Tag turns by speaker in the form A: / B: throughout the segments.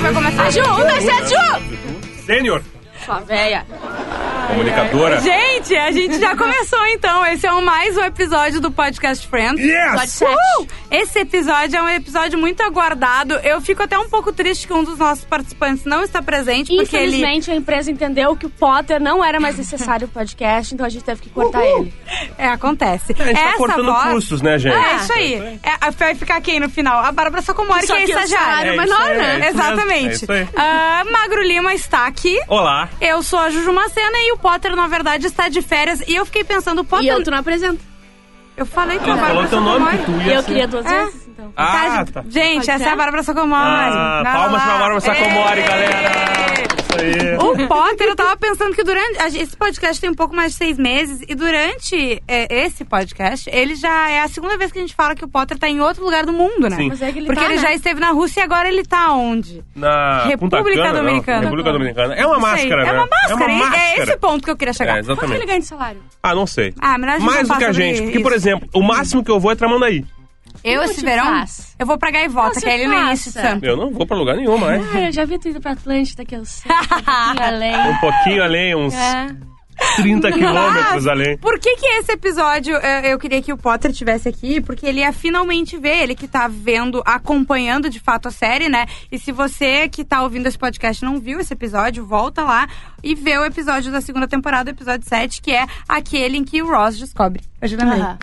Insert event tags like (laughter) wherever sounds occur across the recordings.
A: vai começar. Ju, um, dois,
B: é
A: sete, Ju!
C: Sênior,
A: Sua véia.
C: comunicadora.
B: Gente, a gente já começou então. Esse é o mais um episódio do Podcast Friends.
A: Pode
C: Yes!
A: ser.
B: Uh! Esse episódio é um episódio muito aguardado. Eu fico até um pouco triste que um dos nossos participantes não está presente, porque ele.
A: Infelizmente, a empresa entendeu que o Potter não era mais necessário o podcast, então a gente teve que cortar ele.
B: É, acontece.
C: A gente tá
B: Essa
C: cortando
B: voz.
C: custos, né, gente?
B: É, isso aí. É, vai ficar quem no final? A Bárbara Socomori, que
A: Só
B: é
A: que eu
B: estagiária.
A: saio,
C: É
A: mas
C: isso
A: não,
C: aí, é
A: né?
C: isso mesmo. É
B: Exatamente.
C: isso aí.
B: Ah, Magro Lima está aqui.
C: Olá.
B: Eu sou a Juju Macena e o Potter, na verdade, está de férias. E eu fiquei pensando, o Potter.
A: E eu, tu não apresenta.
B: Eu falei que a
C: Ela falou
B: Bárbara
C: teu nome
B: Socomori.
C: que tu
A: E
C: ia
A: eu
C: ser.
A: queria duas
B: É.
A: vezes, então.
B: Tá,
C: Ah, tá.
B: Gente,
A: Pode
B: essa
A: ser?
B: é a Bárbara Socomori.
C: Ah,
B: Vai
C: palmas
B: lá.
C: pra Bárbara Sacomori,
B: Ei!
C: galera. Isso aí.
B: O Potter, eu tava pensando que durante. a gente- Esse podcast tem um pouco mais de seis meses, e durante é, esse podcast, ele já é a segunda vez que a gente fala que o Potter tá em outro lugar do mundo, né?
C: Sim.
A: Mas é que ele
B: Porque
A: tá,
B: ele
A: né?
B: já esteve na Rússia e agora ele tá onde?
C: Na Punta
B: República
C: Cana, não.
B: Dominicana.
C: República Dominicana. É uma
B: Não sei.
C: máscara,
B: É
C: né?
B: uma máscara,
C: É
B: hein?
C: uma
B: É esse
C: máscara.
B: ponto que eu queria
C: É,
B: chegar.
A: Quanto que ele
C: exatamente.
A: ganha de salário?
C: Ah, não sei.
B: Ah, melhor a gente
C: Mais
B: não
C: do que
B: falar
C: a
B: sobre
C: gente. Porque, por
B: isso.
C: exemplo, o máximo que eu vou é Tramandaí.
B: eu,
A: Não
B: esse
A: te
B: verão,
A: faça.
B: eu vou pra Gaivota,
A: Não
B: que é
A: se
B: ele no
A: faça.
B: início de Santos.
C: Eu não vou pra lugar nenhum mais.
A: Ah, eu já vi tu indo pra Atlântida, que eu sei.
B: (laughs)
A: que é um pouquinho além.
C: Um pouquinho além, uns
A: É.
B: (laughs)
C: 30
B: Mas,
C: quilômetros além.
B: Por que que esse episódio eh, eu queria que o Potter tivesse aqui? Porque ele ia finalmente ver, ele que tá vendo, acompanhando de fato a série, né? E se você que tá ouvindo esse podcast não viu esse episódio, volta lá e vê o episódio da segunda temporada, o episódio 7, que é aquele em que o Ross descobre. Eu já lembrei.
A: Aham.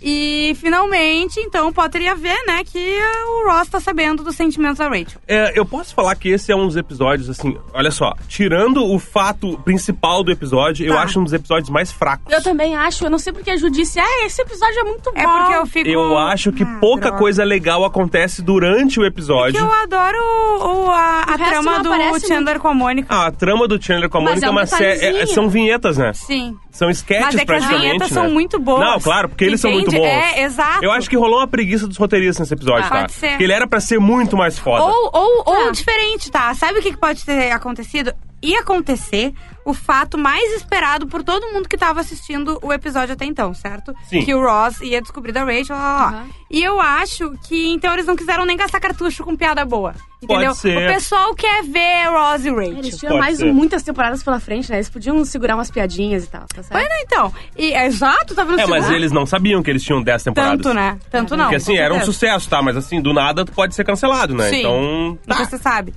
B: E finalmente, então, o Potter ia ver, né, que eh, o Ross tá sabendo dos sentimentos da Rachel.
C: É, eu posso falar que esse é um dos episódios, assim, olha só, tirando o fato principal do episódio, eu
B: Tá.
C: acho um dos episódios mais fracos.
A: Eu também acho, eu não sei porque a Ju disse, ah, esse episódio é muito bom.
B: É porque eu fico.
C: Eu acho que
B: Ah,
C: pouca
B: droga. É
C: coisa legal acontece durante o
B: Que
C: episódio.
B: eu adoro o- o- a, a
A: O resto
B: trama
A: não
B: do
A: aparece
B: Chandler com a Mônica.
C: Ah, a trama do Chandler com a
A: Mas
C: Mônica
A: é um
C: uma sé- é-
A: detalhezinho.
C: são vinhetas, né?
B: Sim.
C: São sketches
B: Mas é que as
C: praticamente.
B: vinhetas
C: né?
B: são muito boas.
C: Não, claro, porque eles são muito
B: Entende?
C: bons.
B: É, exato.
C: Eu acho que rolou uma preguiça dos roteiristas nesse episódio,
B: Ah,
C: tá?
B: pode ser.
C: Porque ele era pra ser muito mais foda.
B: Ou, ou, ou
A: Tá.
B: diferente, tá? Sabe o que que pode ter acontecido? Ia acontecer o fato mais esperado por todo mundo que tava assistindo o episódio até então, certo?
C: Sim.
B: Que o Ross ia descobrir da Rachel, lá, lá, lá.
A: Aham.
B: E eu acho que, então, eles não quiseram nem gastar cartucho com piada boa. Entendeu?
C: Pode ser.
B: O pessoal quer ver Ross e
A: Eles
B: Rachel.
A: tinham
C: Tipo, Pode
A: mais
C: ser.
A: muitas temporas pela frente, né? Eles podiam segurar umas piadinhas e tal, tá certo?
B: Pois não, então. E, é exato, tá vendo?
C: É, mas
B: segurar?
C: eles não sabiam que eles tinham 10 temporadas.
B: Tanto, né? Tanto não.
C: Porque assim,
B: com
C: era um
B: certeza.
C: sucesso, tá? Mas assim, do nada tu pode ser cancelado, né?
B: Sim.
C: Então.
B: Nunca você sabe.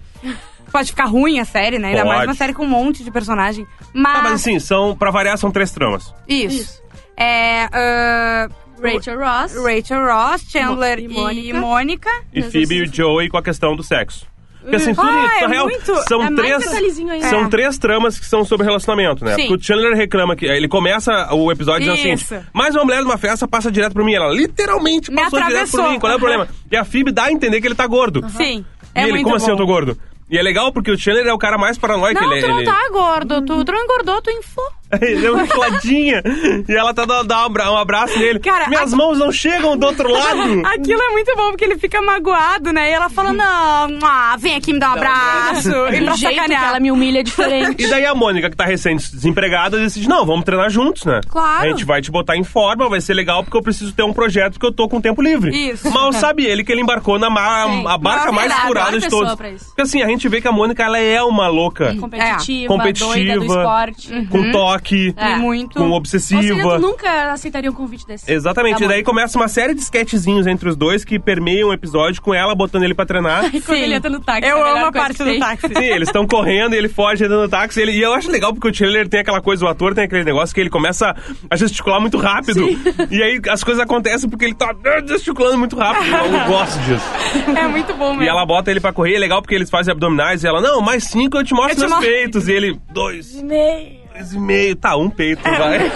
B: Pode ficar ruim a série, né? Ainda
C: Pode.
B: mais uma série com um monte de personagem. Mas,
C: Ah, mas assim, são, pra variar, são três tramas.
B: isso.
A: Isso.
B: É, ah,
A: Rachel Ross.
B: Rachel Ross, Chandler
A: E
B: e
A: Mônica.
B: Mônica.
C: E
A: Mas
C: Phoebe
A: assim-
C: e Joey com a questão do sexo. Porque assim,
B: Ah,
C: tudo
B: é
C: na real,
B: muito-
C: são
A: é mais
C: três.
A: detalhezinho ainda.
C: São
B: É.
C: três tramas que são sobre relacionamento, né?
B: Sim.
C: Porque o Chandler reclama que. Ele começa o episódio dizendo
B: Isso.
C: assim: mais uma mulher numa festa passa direto por mim. Ela literalmente
B: Me
C: passou direto por
B: atravessou.
C: mim. Qual é o problema? E a Phoebe dá a entender que ele tá gordo.
B: Sim.
C: E
B: É
C: ele,
B: muito
C: como assim
B: bom.
C: eu tô gordo? E é legal porque o Chandler é o cara mais paranoico.
B: Não,
C: ele, é-
B: tu não
C: ele...
B: tá gordo. Tu, tu não engordou, tu inflou.
C: (laughs) Ele é uma infladinha. e ela tá dando dá um abra- um abraço nele.
B: Cara,
C: Minhas mãos não chegam do
B: (laughs)
C: outro lado.
B: Aquilo é muito bom, porque ele fica magoado, né? E ela fala, não, ah, vem aqui me dar um abraço. E pra
A: Do jeito que
B: sacanear.
A: ela me humilha é
B: (laughs)
A: diferente.
C: E daí a Mônica, que tá recente desempregada, decide, não, vamos treinar juntos, né?
B: Claro.
C: A gente vai te botar em forma, vai ser legal, porque eu preciso ter um projeto porque eu tô com tempo livre.
B: Isso.
C: Mal sabe ele que ele embarcou na mar,
A: Sim.
C: a barca
B: Maior
C: mais
B: verdade,
C: furada
A: maior
C: de
A: pessoa
C: todos.
A: pra isso.
C: Porque assim, a gente vê que a Mônica, ela é uma louca.
A: Competitiva,
C: Competitiva.
A: doida do esporte.
C: Com toque,
A: É.
B: Muito.
C: com
A: Ou seja,
C: obsessiva.
A: tu nunca aceitaria um convite desse.
C: Exatamente,
A: Da
C: e daí começa uma série de sketchzinhos entre os dois que permeiam o episódio com ela botando ele pra treinar.
A: E quando
B: Sim.
A: ele entra no táxi,
B: Eu
A: é melhor
B: amo a
A: coisa
B: parte
A: que
B: do
A: tem.
B: táxi.
C: Sim, eles estão correndo e ele foge entrando no táxi. Ele, e eu acho legal porque o Chandler tem aquela coisa, o ator tem aquele negócio que ele começa a gesticular muito rápido. E aí as coisas acontecem porque ele tá gesticulando muito rápido. Eu gosto disso.
B: (laughs) É muito bom mesmo.
C: E ela bota ele pra correr, e é legal porque eles fazem abdominais e ela, não, mais cinco eu te mostro
B: Eu te
C: meus
B: mostro."
C: peitos. E ele, dois,
A: Meio.
C: dois e meio, tá, um peito, vai.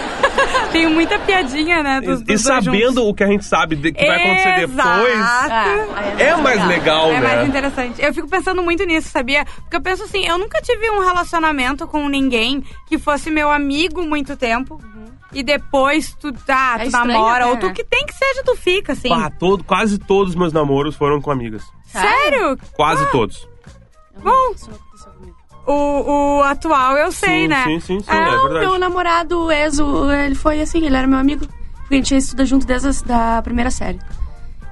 B: Tem muita piadinha, né? É, Dos, dos
C: E
B: dois juntos.
C: sabendo o que a gente sabe de- que vai acontecer depois,
B: Exato.
A: Ah, aí
C: é mais legal,
B: É
C: né?
B: mais interessante. Eu fico pensando muito nisso, sabia? Porque eu penso assim, eu nunca tive um relacionamento com ninguém que fosse meu amigo muito tempo. E depois tu, tá,
A: É
B: tu
A: estranho
B: namora,
A: até,
B: ou tu
A: né?
B: que tem que seja, tu fica, assim.
C: Pá, todo, quase todos meus namoros foram com amigas.
B: Sério?
C: Quase
B: Ah.
C: todos.
B: Bom.
A: Isso é, não aconteceu comigo.
B: O, o atual eu sei,
C: Sim,
B: né?
C: sim, sim, sim,
B: Ah,
C: é
A: Não,
C: verdade.
A: meu namorado, ex, o- ele foi assim, ele era meu amigo. Porque a gente estuda junto desde a da primeira série.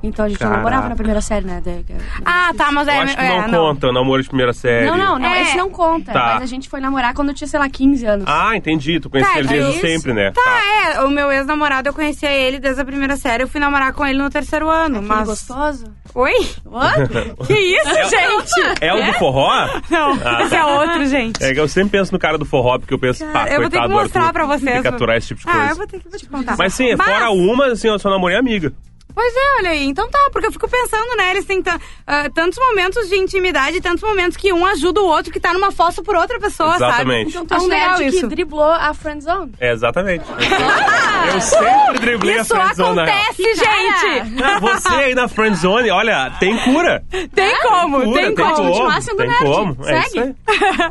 A: Então a gente
C: Caraca.
A: namorava na primeira série, né? Daí-
B: Ah, tá, mas
C: Eu
B: é.
C: acho que
B: é,
C: não conta o namoro de primeira série.
A: Não, não, não.
B: É.
A: Esse não conta.
C: Tá.
A: Mas a gente foi namorar quando eu tinha, sei lá, 15 anos.
C: Ah, entendi. Tu conhecia
B: Tá,
C: ele
B: é
C: desde
B: isso.
C: sempre, né?
B: Tá, é. O meu ex-namorado, eu conhecia ele desde a primeira série. Eu fui namorar com ele no terceiro ano,
A: Aquele
B: mas...
A: gostoso? Ah,
B: Oi? (laughs) que
C: (laughs)
B: isso, gente?
C: É o do forró?
B: (laughs)
C: tá.
B: Não,
C: Ah,
B: esse é outro, gente.
C: É que eu sempre penso no cara do forró, porque eu penso,
B: Cara,
C: pá,
B: eu vou ter que
C: Ah, coitado do
B: mostrar
C: Arthur,
B: pra vocês.
C: Tem que aturar esse tipo de
B: Ah,
C: coisa.
B: eu vou ter que vou te contar.
C: Mas sim, é
B: Mas-
C: fora uma, assim, eu só namorei amiga.
B: Pois é, olha aí. Então tá, porque eu fico pensando, né? Eles têm tan- ah, tantos momentos de intimidade, tantos momentos que um ajuda o outro, que tá numa fossa por outra pessoa,
C: Exatamente.
B: sabe?
A: Então tu é um
B: Acho legal
A: nerd que
B: isso.
A: driblou a friendzone.
C: É, exatamente. eu sempre driblei
B: Ah! Isso
C: a friendzone na real.
B: acontece, gente!
C: Não, Você aí na friendzone, olha, tem cura.
B: Tem como,
C: Cura,
B: tem
C: tem
B: como.
C: como.
A: continuar sendo
C: tem
A: nerd.
C: como. É
A: Segue.
C: isso aí.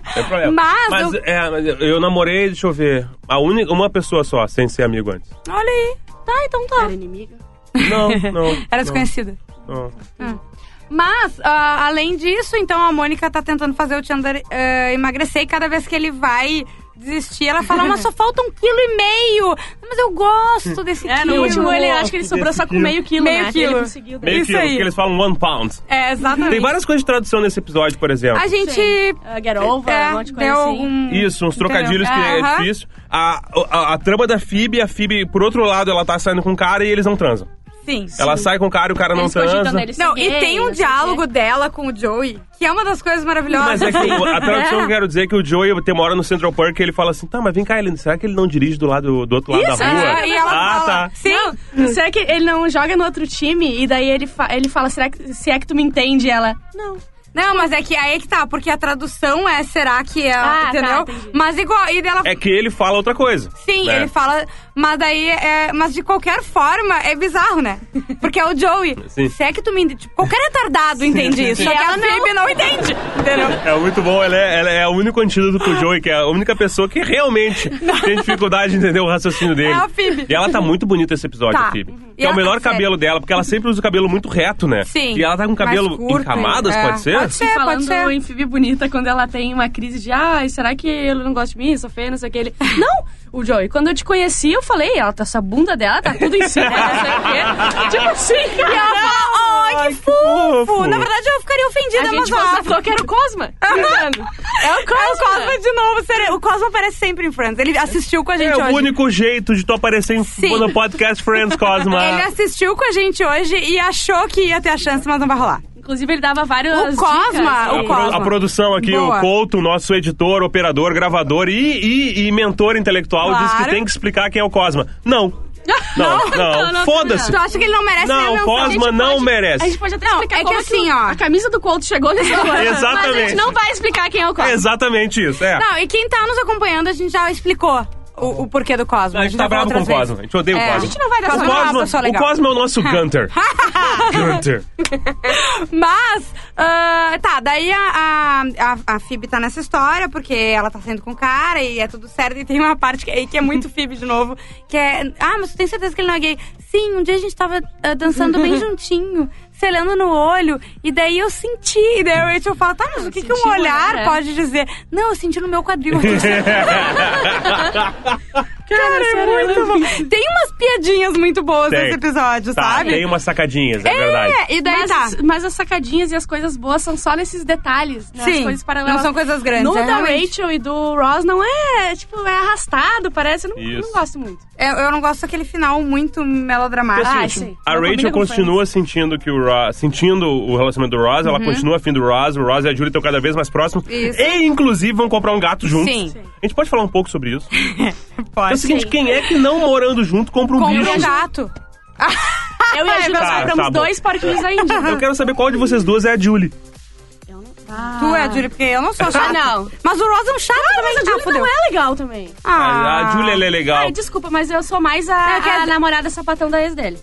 C: Não tem problema.
B: Mas eu-
C: eu... É, mas eu- eu namorei, deixa eu ver, a única, uma pessoa só, sem ser amigo antes.
B: Olha aí. Tá, então tá.
A: Era inimiga.
C: (laughs) Não, não.
B: Era
C: não,
B: desconhecida.
C: não.
B: Mas, ah, além disso, então a Mônica tá tentando fazer o Chandler ah, emagrecer e cada vez que ele vai desistir, ela fala, mas só falta um quilo e meio. Mas eu gosto desse
A: É,
B: quilo.
A: no último ele acho que ele sobrou só com meio quilo,
B: Meio
A: né?
B: quilo.
A: Ele conseguiu.
C: Meio
B: Isso
C: que
B: aí.
C: porque eles falam one pound.
B: É, exatamente.
C: Tem várias coisas de tradução nesse episódio, por exemplo.
B: A gente...
A: Uh, get over,
B: é,
A: um monte de coisa
B: deu
A: assim.
B: um...
C: Isso, uns
B: Entendeu?
C: trocadilhos que é,
B: aham.
C: difícil. A, a, a trama da Phoebe, a Phoebe, por outro lado, ela tá saindo com o cara e eles não transam.
B: Sim.
C: Ela sai com o cara e o cara não
A: Eles cogitando
C: transa.
A: ele ser
B: Não,
A: gay,
B: e tem um
A: não sei o é. quê.
B: diálogo dela com o Joey, que é uma das coisas maravilhosas.
C: Mas é que o- a
B: (laughs)
C: tradução que eu quero dizer é que o Joey tem uma hora no Central Park e ele fala assim: tá, mas vem cá, ele, será que ele não dirige do, lado, do outro lado
A: Isso,
C: da rua?
B: é, e ela
C: ah,
B: fala,
C: tá.
B: Sim.
A: Não, será que ele não joga no outro time? E daí ele, fa- ele fala, será que, se é que tu me entende? E ela, não.
B: Não, mas é que aí é que tá, porque a tradução é será que é,
A: Ah, tá,
B: entendeu?
A: entendi.
B: mas igual, e dela
C: É que ele fala outra coisa.
B: Sim,
C: né?
B: ele fala, mas daí é, mas de qualquer forma é bizarro, né? Porque é o Joey.
C: Sim.
B: Se é que tu me entende, tipo, qualquer retardado entende isso, só
A: sim.
B: que a
A: Ela não.
B: Phoebe não entende, entendeu?
C: É muito bom, ela é, ela é o único antídoto pro Joey, que é a única pessoa que
B: (laughs)
C: realmente tem dificuldade de entender o raciocínio dele.
B: É a Phoebe.
C: E ela tá muito bonita esse episódio,
B: Tá.
C: a Phoebe.
B: Uhum. E
C: Que é
B: ela
C: o
B: tá
C: melhor
B: séria.
C: cabelo dela, porque ela sempre usa o cabelo muito reto, né?
B: Sim.
C: E ela tá com o cabelo
B: Mais curto,
C: em camadas,
B: é.
C: pode ser?
B: Pode ser. É,
A: E
B: pode
A: falando
B: ser.
A: em Phoebe Bonita, quando ela tem uma crise de ai, será que ele não gosta de mim, sou feia, não sei o que.
B: (laughs)
A: Ele, não! O Joey, quando eu te conheci, eu falei, ela tá, essa bunda dela tá tudo em cima, não sei
B: (laughs)
A: o quê. Tipo assim,
B: E ela
A: cara.
B: fala, ai, que fofo. Na verdade, eu ficaria
A: A
B: ofendida, mas
A: gente
B: ó. (laughs)
A: constatou que era o Cosma.
B: Ah. É o Cosmo. de novo. sério, O Cosmo aparece sempre em Friends. Ele assistiu com a gente
C: É
B: hoje.
C: o único jeito de tu aparecer em,
B: Sim.
C: no podcast Friends Cosma.
B: Ele é assim, assistiu com a gente hoje e achou que ia ter a chance, mas não vai rolar.
A: Inclusive, ele dava vários.
B: O Cosma, é o
C: A,
A: (laughs)
C: pro-
B: Cosma.
C: a produção aqui,
B: Boa.
C: o Couto, nosso editor, operador, gravador e, e- e mentor intelectual, diz
B: Claro.
C: que tem que explicar quem é o Cosma. Não. Não,
A: Não,
C: não.
A: não, não.
C: Foda-se.
B: Tu acha que ele não merece
C: Não,
B: nem é a
C: Cosma
B: mensagem?
C: não merece.
A: A gente pode até
B: Não,
A: explicar
B: é que
A: como
B: assim, ó.
A: A camisa do Couto chegou nesse
C: (laughs)
A: programa. Mas a
C: Exatamente.
A: gente não vai explicar quem é o Cosma.
C: É exatamente isso, é.
B: Não, e quem tá nos acompanhando, a gente já explicou o, o porquê do Cosmo.
C: a gente
B: já
C: tá
B: falou
C: bravo com o
B: outras vezes.
C: Cosmo. A gente odeia
B: É.
C: o
B: A
C: Cosmo.
B: gente não vai dar
C: o
B: só uma pessoa
C: Cosmo, o
B: legal.
C: Cosmo é o
B: (laughs)
C: nosso Gunter. Gunter.
B: Mas, ah, tá, daí a, a, a, a Phoebe tá nessa história, porque ela tá saindo com o cara e é tudo certo. E tem uma parte que, aí que é muito Phoebe de novo, que é... Ah, mas tu tem certeza que ele não é gay? Sim, um dia a gente tava ah, dançando bem juntinho, se olhando no olho, e daí eu senti. E daí o Rachel fala, tá, mas o que, que um
A: Sentiu,
B: olhar
A: né?
B: pode dizer? Não, eu senti no meu quadril. (laughs)
A: Cara,
B: É muito bom. Tem umas piadinhas muito boas
C: Tem.
B: nesse episódio,
C: Tá,
B: sabe?
C: tem umas sacadinhas, é, verdade.
B: É, e daí
A: Mas,
B: tá.
A: mas as sacadinhas e as coisas boas são só nesses detalhes, né?
B: Sim,
A: as coisas paralelas.
B: não são coisas grandes,
A: No
B: é,
A: da
B: realmente.
A: Rachel e do Ross não é, tipo, é arrastado, parece. Eu não,
C: Isso.
A: não gosto muito.
B: Eu, É, eu não gosto daquele final muito melodramático.
A: Ah,
C: Assim,
A: isso aí.
C: a
A: Não
C: Rachel
A: combina com
C: continua sentindo que o Ross, sentindo o relacionamento do Ross, ela continua afim do Ross, o Ross e a Julie estão cada vez mais próximos.
B: Uhum. Isso.
C: E inclusive vão comprar um gato juntos.
B: Sim. Sim.
C: A gente pode falar um pouco sobre isso. É o
B: Pode.
C: seguinte, quem é que não morando junto compra um
B: Compre
C: bicho?
B: um gato.
A: (laughs)
B: (laughs)
A: Eu e a Ju, nós
C: Tá,
A: compramos
C: tá bom.
A: dois porquinhos da Índia.
C: Eu quero saber qual de vocês duas é a Julie.
B: Tu é, Júlia, porque eu não sou chata.
A: Ah, não.
B: Mas o Rosa é um chato também.
A: Mas a
B: ah,
A: Julie
B: fudeu.
A: não é legal também.
B: Ah.
C: A- A Julie ela é legal.
A: Ai, desculpa, mas eu sou mais a,
B: É que a-
A: a namorada sapatão da ex dele.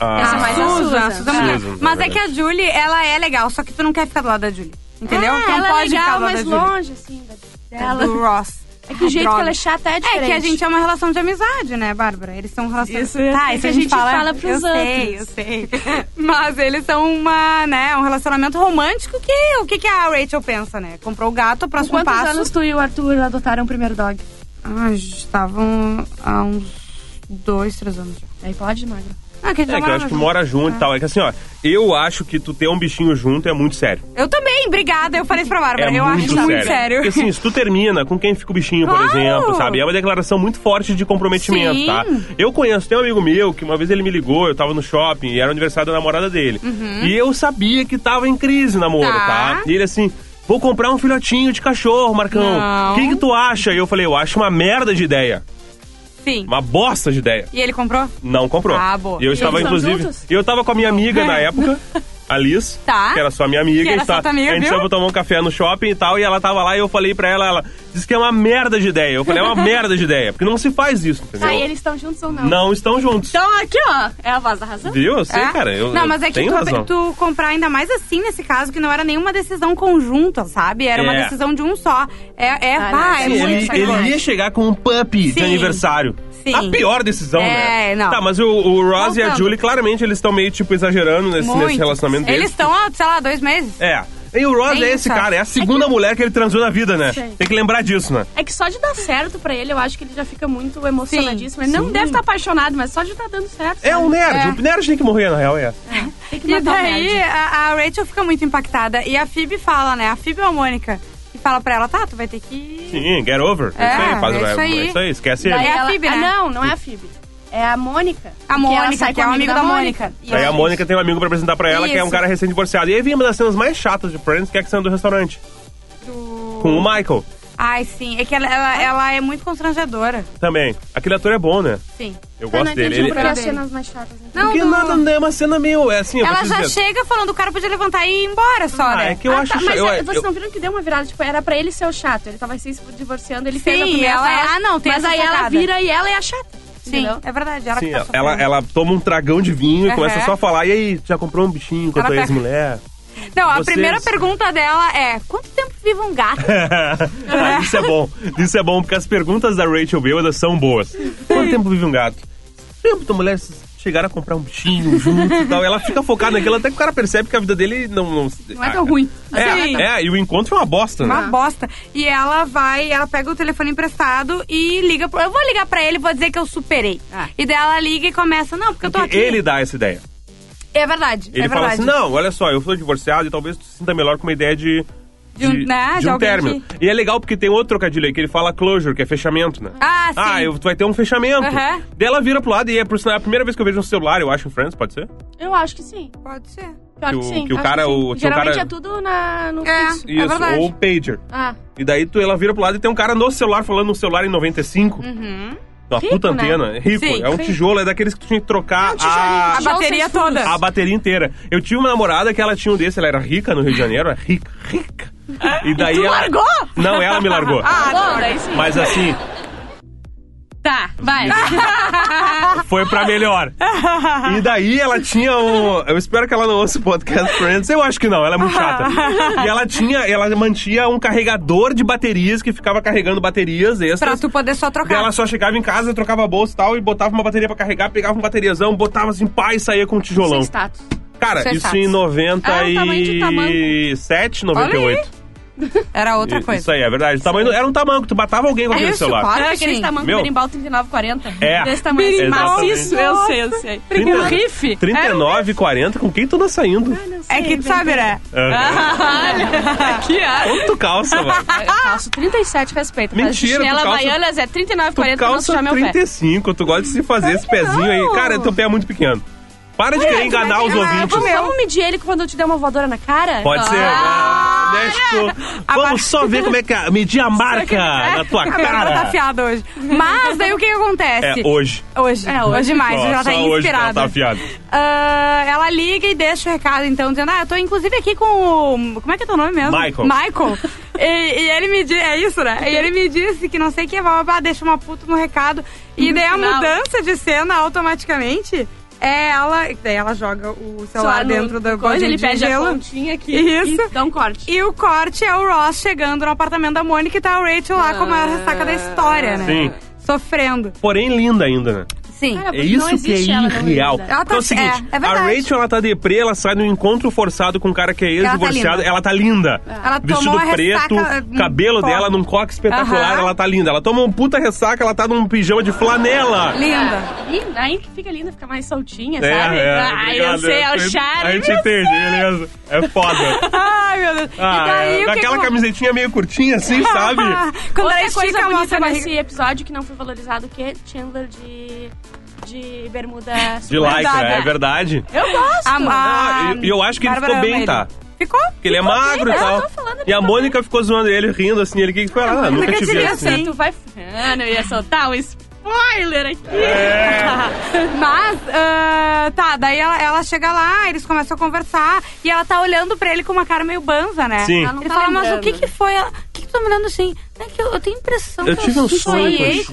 C: Ah,
A: essa é mais a
B: Susan,
A: Susan.
B: Susan é legal.
C: Susan,
B: Mas
C: na
B: é que a Julie, ela é legal, só que tu não quer ficar do lado da Julie. Entendeu?
A: Ah,
B: Tu não
A: ela
B: pode
A: é legal,
B: ficar do lado
A: mas
B: da Julie.
A: longe, assim, da- dela.
B: Do Ross.
A: É que o jeito
B: Droga.
A: que ela é chata é
B: Tá É
A: diferente.
B: que a gente é uma relação de amizade, né, Bárbara? Eles são relações.
A: Isso, é
B: tá,
A: que
B: isso a
A: a
B: gente,
A: gente
B: fala,
A: fala pros
B: eu
A: outros.
B: sei, eu sei. (laughs) Mas eles são uma, né, um relacionamento romântico que o que, que a Rachel pensa, né? Comprou o gato, o próximo
A: Quantos
B: passo.
A: anos tu e o Arthur adotaram o primeiro dog?
B: Ah, estavam há uns dois, três anos.
A: Aí pode, Magra.
B: Ah, que a gente
C: É,
B: já
C: que eu
B: morava
C: acho que
B: junto.
C: mora junto e tal. É que assim, ó, eu acho que tu ter um bichinho junto é muito sério.
B: Eu também, obrigada. Eu falei isso pra Bárbara.
C: É
B: eu acho
C: muito
B: isso
C: sério.
B: muito sério.
C: Porque assim, se tu termina com quem fica o bichinho,
B: Claro!
C: por exemplo, sabe? É uma declaração muito forte de comprometimento,
B: Sim.
C: tá? Eu conheço, tem um amigo meu que uma vez ele me ligou, eu tava no shopping e era o aniversário da namorada dele. E eu sabia que tava em crise o namoro,
B: Uhum. Tá.
C: tá? E ele assim. Vou comprar um filhotinho de cachorro, Marcão.
B: Não.
C: O que, que tu acha? E eu falei, eu acho uma merda de ideia.
B: Sim.
C: Uma bosta de ideia.
B: E ele comprou?
C: Não comprou.
B: Ah, boa.
C: E eu estava,
A: eles são
C: inclusive.
A: juntos?
C: E eu tava com a minha amiga
B: (laughs)
C: na época, a Liz,
B: É. Tá.
C: que era só minha amiga.
B: Que
C: a
B: era
C: gente
B: só
C: tava-
B: tua amiga,
C: a gente
B: viu?
C: tava tomar um café no shopping e tal, e ela tava lá e eu falei pra ela, ela disse que é uma merda de ideia. Eu falei,
B: (laughs)
C: é uma merda de ideia, porque não se faz isso, entendeu?
A: Aí eles estão juntos ou não?
C: Não estão juntos.
A: Então aqui, ó, é a voz da razão.
C: Viu? Eu sei,
B: É?
C: cara. Eu,
B: não, mas é que
C: tem
B: tu,
C: razão.
B: tu comprar ainda mais assim nesse caso, que não era nenhuma decisão conjunta, sabe? Era uma
C: É.
B: decisão de um só. É, é,
A: Ah,
B: pá,
A: não,
B: é
A: sim,
C: Ele,
B: muito
C: ele
B: sacanagem.
C: ia chegar com um puppy de
B: Sim.
C: aniversário.
B: Sim.
C: A pior decisão, né?
B: É, não.
C: Tá, mas o, o Ross e a
B: Voltando.
C: Julie, claramente, eles estão meio, tipo, exagerando nesse,
B: Muito.
C: nesse relacionamento deles.
B: Eles estão, há, sei lá, dois meses.
C: É. E o Ross
B: Tem
C: é esse
B: isso.
C: cara, é a segunda mulher que ele transou na vida, né?
A: Sim.
C: Tem que lembrar disso, né?
A: É que só de dar certo pra ele, eu acho que ele já fica muito emocionadíssimo. Ele não
C: Sim.
A: deve estar apaixonado, mas só de estar dando certo.
C: É
A: sabe?
C: um nerd.
B: É.
C: O nerd tem que morrer, na real, é.
A: Tem que
B: E
A: matar o
B: daí
A: nerd.
B: a, a Rachel fica muito impactada. E a Phoebe fala, né? A Phoebe ou a Mônica? E fala pra ela, tá, tu vai ter que.
C: Sim, get over.
B: É,
C: isso aí, faz
B: é isso aí.
C: É isso aí, esquece
A: Daí
C: ele.
B: é a
A: ela-
B: Phoebe,
A: Ah,
B: né?
A: não, não é a Phoebe. É a Mônica.
B: A
A: que ela
B: Mônica,
A: sai
B: que,
A: com
B: é
A: o
B: o amigo da Mônica. E
C: Daí
B: ela-
C: a Mônica tem um amigo pra apresentar pra ela, que é um
B: é Isso.
C: cara recém-divorciado. E aí vem uma das cenas mais chatas de Friends, que é a questão do restaurante.
B: do-
C: Com o Michael,
B: Ai, sim. É que ela, ela, ela é muito constrangedora.
C: também. Aquele ator é bom, né?
B: Sim.
C: Eu
A: Eu
C: gosto
A: não
C: dele.
A: entendi
C: Ele... é
A: por que as
B: dele.
A: cenas mais chatas. né?
B: Não,
C: Porque
B: não.
C: nada, não é uma cena meio... É assim, eu
B: Ela
C: preciso
B: já
C: dizer.
B: chega falando, o cara podia levantar e ir embora só,
C: Ah,
B: né?
C: é que eu
A: Ah,
C: acho...
A: tá, mas
C: eu,
A: é, vocês
C: eu-
A: não viram que deu uma virada? Tipo, era pra ele ser o chato. Ele tava se divorciando, ele fez a
B: Sim,
A: primeira
B: ela é-
A: fala,
B: ah, não, tem
A: Mas
B: essa
A: aí ela
B: sacada.
A: vira e ela é a chata.
B: Sim,
A: entendeu?
B: é verdade. Ela
C: Sim,
B: que tá
C: ela,
B: sofrendo.
C: ela toma um tragão de vinho e
B: Aham.
C: começa só a falar. E aí, já comprou um bichinho com a
B: Ela
C: tua
B: pega-
C: ex-mulher?
B: Não, a
C: Vocês-
B: primeira pergunta dela é: quanto tempo vive um gato?
C: Ah, isso é bom. Isso é bom, porque as perguntas da Rachel Bêbada são boas. Quanto tempo vive um gato? Tempo da mulher chegar a comprar um bichinho junto e tal. Ela fica focada naquilo, até que o cara percebe que a vida dele não. Não,
A: Não é tão ruim.
C: É,
B: Sim.
C: é, e o encontro é uma bosta, né?
B: Uma bosta. E ela vai, ela pega o telefone emprestado e liga. pro- Eu vou ligar pra ele, vou dizer que eu superei.
A: Ah.
B: E daí ela liga e começa: não, porque eu tô
C: Porque
B: aqui.
C: ele dá essa ideia.
B: É verdade.
C: Ele
B: é
C: fala
B: verdade.
C: assim: não, olha só, eu sou divorciado e talvez tu se sinta melhor com uma ideia de.
B: De um- né, de
C: um
B: alguém
C: término. E é legal porque tem outro trocadilho aí que ele fala closure, que é fechamento, né?
B: Ah, sim.
C: Ah, eu, tu vai ter um fechamento.
B: Aham.
C: Daí ela vira pro lado e é por sinal, é a primeira vez que eu vejo um celular, eu acho, em Friends, pode ser?
A: Eu acho que sim.
B: Pode ser.
C: Que
A: Pior que,
C: o-
A: sim.
C: que o
A: acho
C: cara-
A: sim.
C: o- que o
A: Geralmente
C: cara-
A: é tudo na, no
B: É.
A: fixo.
C: Isso,
B: verdade.
C: ou pager.
A: Ah,
C: E daí tu, ela vira pro lado e tem um cara no celular falando no celular em 95.
B: Uhum.
C: Uma
A: Rico,
C: puta
A: né?
C: antena. é Rico.
B: Sim,
C: é um
A: sim.
C: tijolo, é daqueles que tu tinha que trocar
A: tijolinho.
C: a,
B: A
A: Tijolo
B: bateria
A: sem furos.
B: toda.
C: a bateria inteira. Eu tive uma namorada que ela tinha um desse, ela era rica no Rio de Janeiro, era rica, rica. E daí
A: tu
C: ela-
A: largou?
C: Não, ela me largou.
B: Ah,
A: bom, daí sim.
C: Mas assim,
A: Tá, vai.
C: (laughs) foi pra melhor. E daí ela tinha um. Eu espero que ela não ouça o podcast Friends. Eu acho que não, ela é muito chata. E ela tinha. Ela mantinha um carregador de baterias que ficava carregando baterias
B: Pra
C: extras.
B: tu poder só
C: Daí
B: trocar.
C: ela só chegava em casa, trocava a bolsa e tal, e botava uma bateria pra carregar, pegava um bateriazão, botava assim, pá, e saía com um
A: Sem
C: tijolão.
A: status.
C: Cara,
B: Isso é
C: isso,
B: status.
C: em
A: Ah, o tamanho de tamanco.
C: 97, 98.
B: Era outra coisa.
C: Isso aí, é verdade. O tamanho, era um tamanho que tu batava alguém com aquele
B: Isso,
C: celular.
B: claro
A: Olha
B: que
A: aquele
B: É, sim.
A: tamanho
C: Meu.
A: do berimbau 3940.
C: É.
A: Desse tamanho.
C: Berimbau.
A: Maciço, eu sei, eu sei. O riff.
C: 39, 40, com quem tu anda saindo?
B: É que tu sabe, né?
C: Ah,
A: Olha,
B: (laughs)
A: que ar.
C: Quanto calça,
A: (laughs)
C: mano?
A: Eu calço 37, respeito.
C: Mentira,
A: mas de chinela
C: tu calça-
A: Havaianas é 39,40
C: Tu
A: pra não
C: calça
A: sujar meu pé.
C: 35, tu gosta de se fazer esse pezinho aí. Cara, teu pé é muito pequeno. Para de querer enganar os
B: mas é
C: ouvintes.
B: como
A: Vamos, vamos medir ele quando eu te der uma voadora na cara?
C: Pode ser.
B: Ah,
C: né? México. Vamos só ver como é que é. Medir a marca na tua
B: A Bárbara tá
C: cara.
B: afiada hoje. Mas daí o que que acontece?
C: É, hoje.
B: Hoje.
A: É, hoje.
B: hoje mais,
C: Ó,
B: hoje ela tá
C: só hoje que ela
B: inspirada.
C: tá afiada.
B: Ah, ela liga e deixa o recado, então, dizendo: Ah, eu tô inclusive aqui com o. Como é que é teu nome mesmo?
C: Michael.
B: Michael. e, e ele me disse: É isso, né? E ele me disse que não sei o que, blá, blá, blá, deixa uma puta no recado. E daí a
A: Não.
B: mudança de cena automaticamente é ela. Daí ela joga o celular
A: Só no-
B: dentro da
A: coisa, ele pede a
B: gelo.
A: pontinha aqui
B: Isso.
A: e dá um corte.
B: E o corte é o Ross chegando no apartamento da
A: Ah.
B: Mônica e tá o Rachel lá com a maior ressaca da história, né?
C: Sim.
B: Sofrendo.
C: Porém, linda ainda, né?
B: Sim.
A: Cara,
C: É
A: porque
C: isso
A: não
C: que é
A: existe ela não
C: irreal.
A: usa.
B: Ela
C: Porque
B: tá-
C: é o seguinte,
B: é, é
C: a
B: verdade.
C: Rachel, ela tá deprê, ela sai no encontro forçado com um cara que é
B: tá
C: ex-divorciado,
B: linda. É.
C: ela tá linda.
B: Ela tomou
C: Vestido
B: a
C: preto,
B: ressaca, hum,
C: cabelo
B: foda.
C: dela num coque espetacular,
B: Aham.
C: ela tá linda. Ela toma um puta ressaca, ela tá num pijama
B: (laughs)
C: de flanela.
B: Linda.
A: É, Linda, aí que fica linda, fica mais soltinha,
C: É,
A: sabe?
C: é,
B: Ah,
A: Ai, eu
C: obrigado.
A: sei, é
C: A
A: o
C: gente-
A: charme.
C: A gente entende, beleza. É foda.
B: Ai, meu Deus.
C: Ah,
B: (laughs) e daí,
C: é,
B: o que
C: daquela
B: que... eu-
C: camisetinha meio curtinha
B: (laughs)
C: assim, sabe?
B: Ah, Quando
A: Outra
B: ela estica
A: coisa
B: a nossa
A: bonita
B: barriga.
A: nesse episódio que não foi valorizado, que é Chandler de, de bermuda
C: De
A: super
C: lycra,
B: Verdade.
C: é verdade.
A: Eu gosto!
B: A- a-
C: E- e eu acho que ele
B: Ah, Bárbara
C: ficou bem, tá?
B: Ficou?
C: (laughs) Porque ele é magro e
A: bem, eu
C: tal.
A: tô falando, ele
C: E a
A: ficou
C: Mônica ficou zoando ele, rindo assim. Ele que foi lá, ah, nunca
B: Nunca
C: te
B: te
C: vi
B: vi
C: assim.
B: assim.
A: Tu vai... Ah, não ia soltar um spoiler aqui!
B: É.
A: (laughs)
B: Mas, ah, tá, daí ela, ela chega lá, eles começam a conversar e ela tá olhando pra ele com uma cara meio banza, né?
C: Sim.
A: Ela não
B: Ele
A: tá
B: fala, mas o
A: lembrando.
B: que que foi? Ela, o que que tu tá me olhando assim? É que eu, eu tenho a impressão
C: Eu
B: que
C: tive
B: eu
C: um sonho
B: sonhei
C: contigo.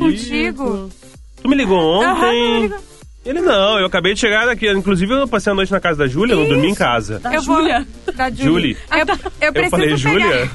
B: contigo.
C: Tu me ligou
B: Aham, ele
C: ontem.
B: ligou.
C: Ele não, eu acabei de chegar daqui. Inclusive, eu passei a noite na casa da Júlia, eu não dormi em casa.
A: Da Júlia.
B: (laughs) Da
C: Julie.
B: Julie. Eu, eu
C: Eu
B: Tá preciso
C: falei,
B: pegar...
C: Júlia?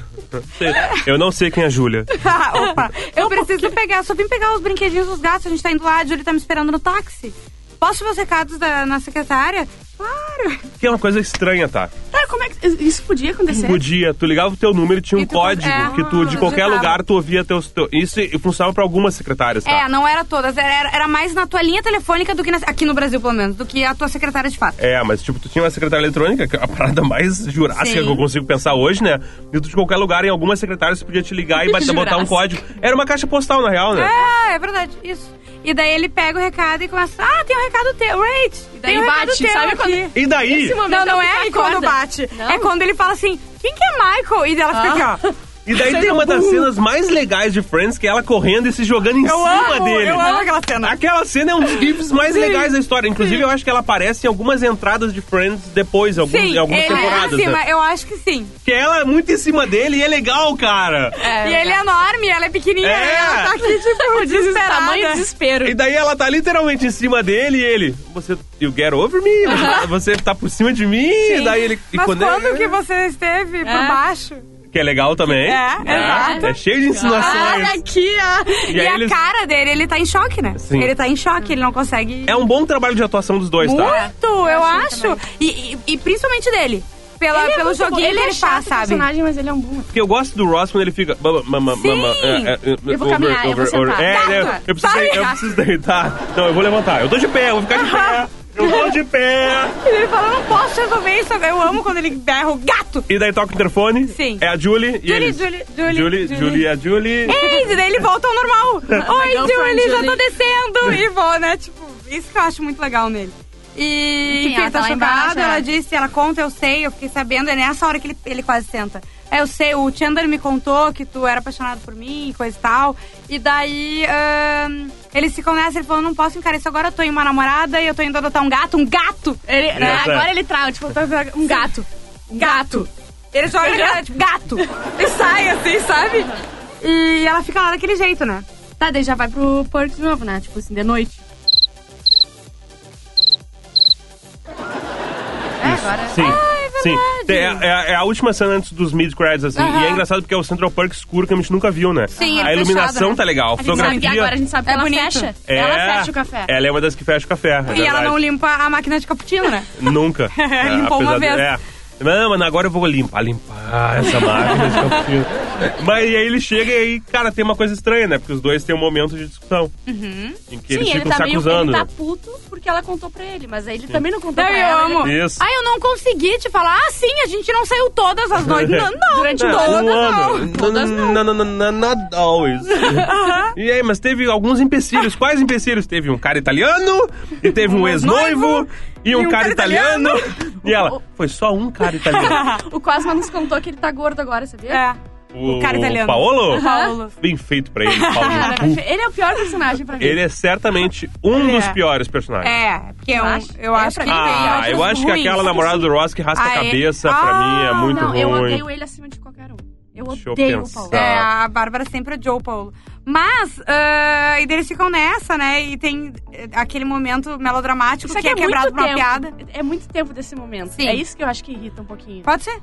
C: Eu não sei quem é a Júlia.
B: (laughs) Ah, Opa, eu preciso pegar, só vim pegar os brinquedinhos dos gatos, a gente tá indo lá, a Julie tá me esperando no táxi. Posso ver os recados da, na secretária? Claro.
C: Que é uma coisa estranha, tá?
A: Tá, como é que... Isso podia acontecer?
C: Podia, tu ligava o teu número, tinha um
B: É. E tu-
C: código
B: é,
C: que tu, de qualquer
B: digitava.
C: lugar, tu ouvia teus. Teu, isso funcionava pra algumas secretárias, tá?
B: É, não era todas, era, era- era mais na tua linha telefônica do que na, aqui no Brasil, pelo menos, do que a tua secretária de fato.
C: É, mas tipo, tu tinha uma secretária eletrônica, que é a parada mais jurássica
B: Sim.
C: que eu consigo pensar hoje, né? E tu de qualquer lugar, em alguma secretária, você podia te ligar e bate- botar um
A: Jurássica.
C: código. Era uma caixa postal, na real, né?
B: É, é verdade, isso. E daí ele pega o recado e começa, ah, tem um recado teu, Rach. E
A: daí bate, sabe quando-
B: aqui.
C: E daí?
A: Esse momento
B: Não, não
A: que tu
B: é
A: acorda.
B: quando bate.
A: Não.
B: É quando ele fala assim, quem que é Michael? E dela
C: Ah.
B: fica aqui, ó.
C: E daí
B: é
C: tem uma das cenas mais legais de Friends, que é ela correndo e se jogando em
B: Eu
C: cima
B: amo,
C: dele.
B: eu amo aquela cena.
C: Aquela cena é um dos gifs mais legais da história. Inclusive, eu acho que ela aparece em algumas entradas de Friends depois, algum-
B: Sim,
C: em algumas
B: ele é
C: temporadas.
B: acima,
C: né?
B: eu acho que sim.
C: Porque ela é muito em cima dele e é legal, cara.
B: e ele é enorme, ela é pequenininha,
C: É.
B: e ela tá aqui,
C: (laughs)
B: tipo, desesperada.
A: Tamanho desespero.
C: E daí ela tá literalmente em cima dele e ele. Você. You get over me? Você- Você tá por cima de mim? E daí ele. e
B: Mas quando,
C: ele-
B: que você esteve por baixo?
C: Que é legal também.
B: É, exato.
C: É cheio de insinuações.
A: Olha aqui, ó!
C: E
B: E,
C: aí
B: a
C: eles-
B: cara dele, ele tá em choque, né?
C: Sim.
B: Ele tá em choque, ele não consegue...
C: É um bom trabalho de atuação dos dois, tá?
B: Muito, eu acho. E, e- e principalmente dele. Pela,
A: Ele é
B: pelo
A: muito bom.
B: joguinho
A: Ele
B: que
A: é
B: ele
A: chato,
B: faz, sabe?
A: personagem, mas ele é um bom.
C: Porque eu gosto do Ross quando ele fica. Mama, mama,
B: Sim.
C: mama,
A: Eu vou caminhar, eu vou sentar.
C: É, né?
B: Gato,
C: eu, preciso,
B: vai.
C: eu preciso deitar. Não, eu vou levantar. Eu tô de pé, eu vou ficar de pé. Eu tô de pé.
B: Ele fala, eu não posso resolver isso. Eu amo quando ele berra o gato.
C: E daí toca o interfone.
B: Sim.
C: É a Julie. e
B: Julie,
C: eles.
B: Julie, Julie,
C: Julie,
B: Julie.
C: Julie, é a Julie.
B: Ei, e daí ele volta ao normal.
A: (laughs)
B: Oi,
A: girlfriend,
B: Julie, já tô
A: Julie.
B: descendo. E vou, né? Tipo, isso que eu acho muito legal nele. E
A: Enfim,
B: enfim,
A: ela
B: ele tá,
A: tá lá embaixo,
B: chocado,
A: né?
B: ela disse, ela conta, eu sei, eu fiquei sabendo, é nessa hora que ele, ele quase senta. É, eu sei, o Chandler me contou que tu era apaixonado por mim, e coisa e tal. E daí ahn, eles ficam nessa, ele falou, não posso encarar isso agora, eu tô em uma namorada e eu tô indo adotar um gato, um gato!
A: Ele, né,
C: Exato.
A: agora ele trava, tipo, tá- tá- um gato. Um gato.
B: Ele joga na cara, tipo, gato! E sai assim, sabe? E ela fica lá daquele jeito, né?
A: Tá, daí já vai pro porto de novo, né? Tipo assim, de noite. É, agora.
C: Sim. Sim, é, é- é a última cena antes dos mid-credits, assim. E é engraçado porque é o Central Park escuro que a gente nunca viu, né?
B: Sim, ele
C: A
B: fechado,
C: iluminação
B: né?
C: tá legal, a
A: A gente sabe que
C: fotografia.
A: agora a gente sabe que
B: É
A: ela
B: bonito.
A: fecha.
C: É,
A: Ela fecha o café.
C: Ela é uma das que fecha o café. é
B: E ela
C: verdade.
B: não limpa a máquina de cappuccino, né?
C: Nunca. É,
B: Limpou uma
C: apesar de-
B: vez.
C: é. Não, mano, agora eu vou limpar, limpar essa máquina de cappuccino. Mas e aí ele chega e aí, cara, tem uma coisa estranha, né? Porque os dois têm um momento de discussão. Em que eles
A: Sim, ele
C: ficam
A: tá
C: se
A: meio.
C: acusando. né?
A: Ele tá puto porque ela contou pra ele, mas aí ele também não contou
B: Não,
A: pra
B: eu
A: ela. né?
B: amo.
A: Ele-
C: Isso.
B: Ah, eu não consegui te falar. Ah, sim, a gente não saiu todas as
C: (laughs)
B: noites. Não, não.
A: Durante
C: É,
A: todo
C: um
A: não.
C: ano.
A: Todas não.
C: Não, não, não, não, not always. e aí, mas teve alguns empecilhos. Quais empecilhos? Teve um cara italiano, e teve um ex-noivo, e um cara italiano. E ela, foi só um cara
A: (laughs)
C: italiano.
A: O Cosma nos contou que ele tá gordo agora, sabia?
B: É, O cara italiano.
C: Paolo?
B: Paulo.
C: Bem feito pra ele,
A: (laughs) Cara,
C: Paulo.
A: ele é o pior personagem pra mim.
C: Ele é certamente um
B: É.
C: dos piores personagens.
B: É, porque eu,
A: Acho.
B: eu
A: É,
B: acho
A: pra
B: que...
A: mim,
C: Ah, eu acho que aquela namorada do Ross que raspa a
B: Ah, é?
C: cabeça, pra
B: Ah,
C: mim, é muito
A: não, eu
C: ruim.
A: odeio ele acima de qualquer um. Eu odeio o
C: Chopin.
A: Paulo.
C: Tá.
B: É, a Bárbara sempre odiou o Paulo. Mas, ah, e daí eles ficam nessa, né? E tem eh, aquele momento melodramático
A: Isso
B: que
A: aqui
B: é,
A: é,
B: quebrado
A: muito
B: por uma
A: tempo.
B: piada.
A: É muito tempo desse momento.
B: Sim.
A: É isso que eu acho que irrita um pouquinho.
B: Pode ser.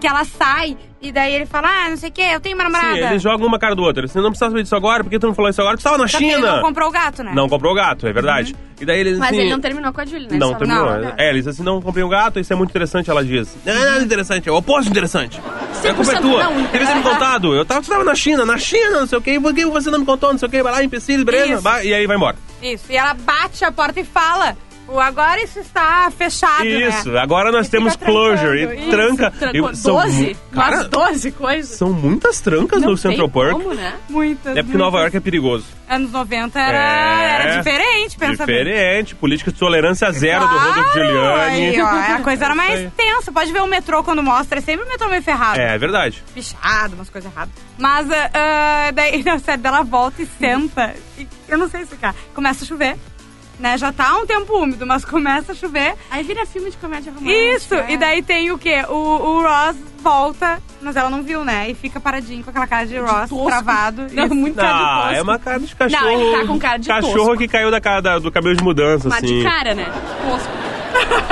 B: Que ela sai e daí ele fala, ah, não sei o quê, eu tenho uma namorada.
C: Sim, eles jogam uma cara do outro. Você não precisa saber disso agora, porque tu não falou isso agora, tu tava na
B: Só que ele
C: China.
B: não comprou o gato, Uhum. né?
C: Não comprou o gato, é verdade. E daí eles
A: Mas
C: assim,
A: ele não terminou com a Julie, né?
C: Não,
A: Só-
C: terminou.
B: não, não.
C: É, eles assim, não comprei o gato, isso é muito interessante, ela diz. Não, não é interessante, é o oposto de interessante. a culpa é
A: 100%
C: tua.
A: não.
C: Eles não me contado. Eu tava, tu tava na China, na China, não sei o quê, por que você não me contou, não sei o quê, vai lá, empecilho, beleza?
B: Isso.
C: Vai, e aí vai embora.
B: Isso. E ela bate a porta e fala, o agora isso está fechado,
C: Isso,
B: né?
C: agora nós
B: E
C: temos
B: fica trancando,
C: closure. E
B: isso,
C: tranca.
A: Trancou
C: E
A: 12?
C: mu-
A: Mas
C: Cara,
A: 12 coisas.
C: são muitas trancas
A: Não
C: no Central
A: tem
C: Park.
A: Como, né?
B: Muitas,
C: É porque Nova York é perigoso.
B: Anos 90 era,
C: É.
B: era diferente, pensa bem.
C: Diferente, política de tolerância zero do Rodolfo
B: Aí,
C: Giuliani. É
B: ó,
A: é
B: a coisa era
C: Isso aí.
B: mais tensa. Pode ver o metrô quando mostra, é sempre o metrô meio ferrado.
C: (laughs) É, é verdade.
B: Pichado, umas coisas erradas. Mas ah, ah, daí, (laughs) não, sério, dela volta e senta. E eu não sei explicar. Começa a chover, né? Já tá um tempo úmido, mas começa a chover.
A: Aí vira filme de comédia romântica. é.
B: Isso! E daí tem o quê? O, o Ross volta, mas ela não viu, né? E fica paradinho com aquela cara de Ross
A: tosco.
B: travado.
A: Não,
B: Isso.
A: muito cara de
C: Ah,
A: tosco.
C: é uma cara de cachorro.
A: ele tá com cara de
C: Cachorro
A: tosco.
C: que caiu da, ca- da- do cabelo de mudança,
A: Mas
C: assim.
A: de cara, né? Tosco.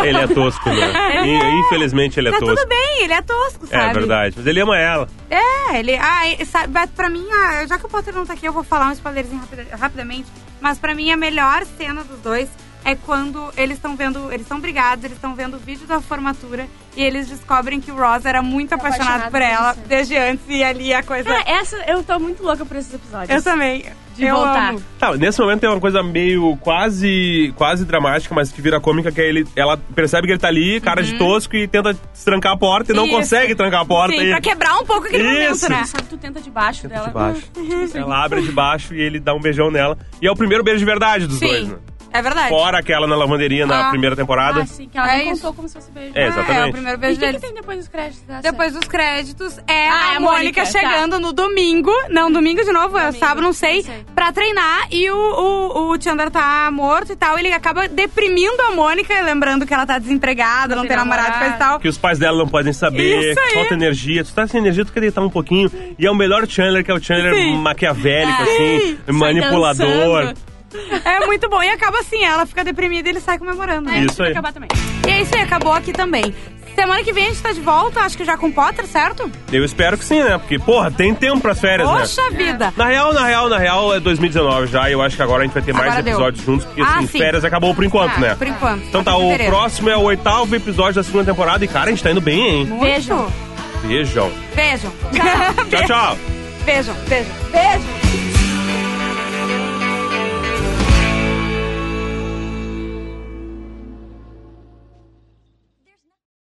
C: Ele é tosco,
A: (laughs)
C: né? In- Infelizmente ele é
B: Tá
C: tosco.
B: tudo bem, ele é tosco,
C: é
B: sabe?
C: verdade. Mas ele ama ela.
B: É, ele. Ah, e sabe, mas pra mim, ah, já que o Potter não tá aqui, eu vou falar um spoilerzinho rapida- rapidamente. Mas pra mim, a melhor cena dos dois é quando eles estão vendo. Eles estão brigados, eles estão vendo o vídeo da formatura e eles descobrem que o Ross era muito apaixonado,
A: Tá apaixonado
B: por ela
A: por você.
B: desde antes e ali a coisa.
A: Cara, essa, eu tô muito louca por esses episódios.
B: eu também.
A: É, De
B: eu
A: voltar.
B: amo.
C: Tá, nesse momento tem uma coisa meio quase quase dramática, mas que vira cômica, que é ele, ela percebe que ele tá ali, cara de tosco, e tenta trancar a porta e não
B: Uhum. Isso.
C: consegue trancar a porta.
B: Sim,
C: e...
B: pra quebrar um pouco aquele
C: Isso.
B: momento, né?
A: Sabe, tu tenta debaixo dela.
C: de baixo.
B: Uhum.
C: ela abre de baixo e ele dá um beijão nela. E é o primeiro beijo de verdade dos dois,
B: Sim.
C: né?
B: É verdade.
C: Fora aquela na lavanderia na
B: Ah.
C: primeira temporada.
A: Ah, sim, que ela
B: É
A: nem
B: isso.
A: contou como se fosse beijo.
C: É,
A: Ah,
B: É,
C: exatamente.
B: o primeiro
A: E o
B: beijo
A: que, que
B: deles.
A: tem depois dos créditos? dessa?
B: Depois dos créditos é
A: Ah,
B: a,
A: é a
B: Mônica
A: Mônica,
B: chegando no domingo. Não, domingo de novo, é
A: Domingo,
B: sábado, não sei,
A: não sei.
B: Pra treinar. E o, o, o Chandler tá morto e tal. Ele acaba deprimindo a Mônica, lembrando que ela tá desempregada, não,
A: tem
B: tem namorado, coisa e
A: namorado.
B: tal.
C: Que os pais dela não podem saber,
B: Isso aí.
C: falta energia. Tu tá sem energia, tu quer deitar um pouquinho. E é o melhor Chandler, que é o Chandler
B: Sim.
C: maquiavélico, assim,
A: Sai
C: manipulador.
A: dançando.
B: É muito bom. E acaba assim, ela fica deprimida e ele sai comemorando.
A: É,
B: Né?
C: Isso
A: vai
C: aí.
A: acabar também.
B: E é isso aí, acabou aqui também. Semana que vem a gente tá de volta, acho que já com Potter, certo?
C: Eu espero que sim, né? Porque, porra, tem tempo pras férias, né?
B: Poxa vida!
C: Na real, na real, na real, é 2019 já. E eu acho que agora a gente vai ter mais
B: Agora deu.
C: episódios juntos, porque
B: Ah,
C: assim,
B: sim.
C: férias acabou por enquanto,
B: Ah,
C: né?
B: Por enquanto.
C: Então
B: Até
C: tá, o
B: fevereiro.
C: próximo é o oitavo episódio da segunda temporada. E, cara, a gente tá indo bem, hein?
B: Muito.
A: Beijão.
C: Beijão.
B: Beijam.
C: (laughs) Tchau, tchau.
B: Beijam, beijam, beijam.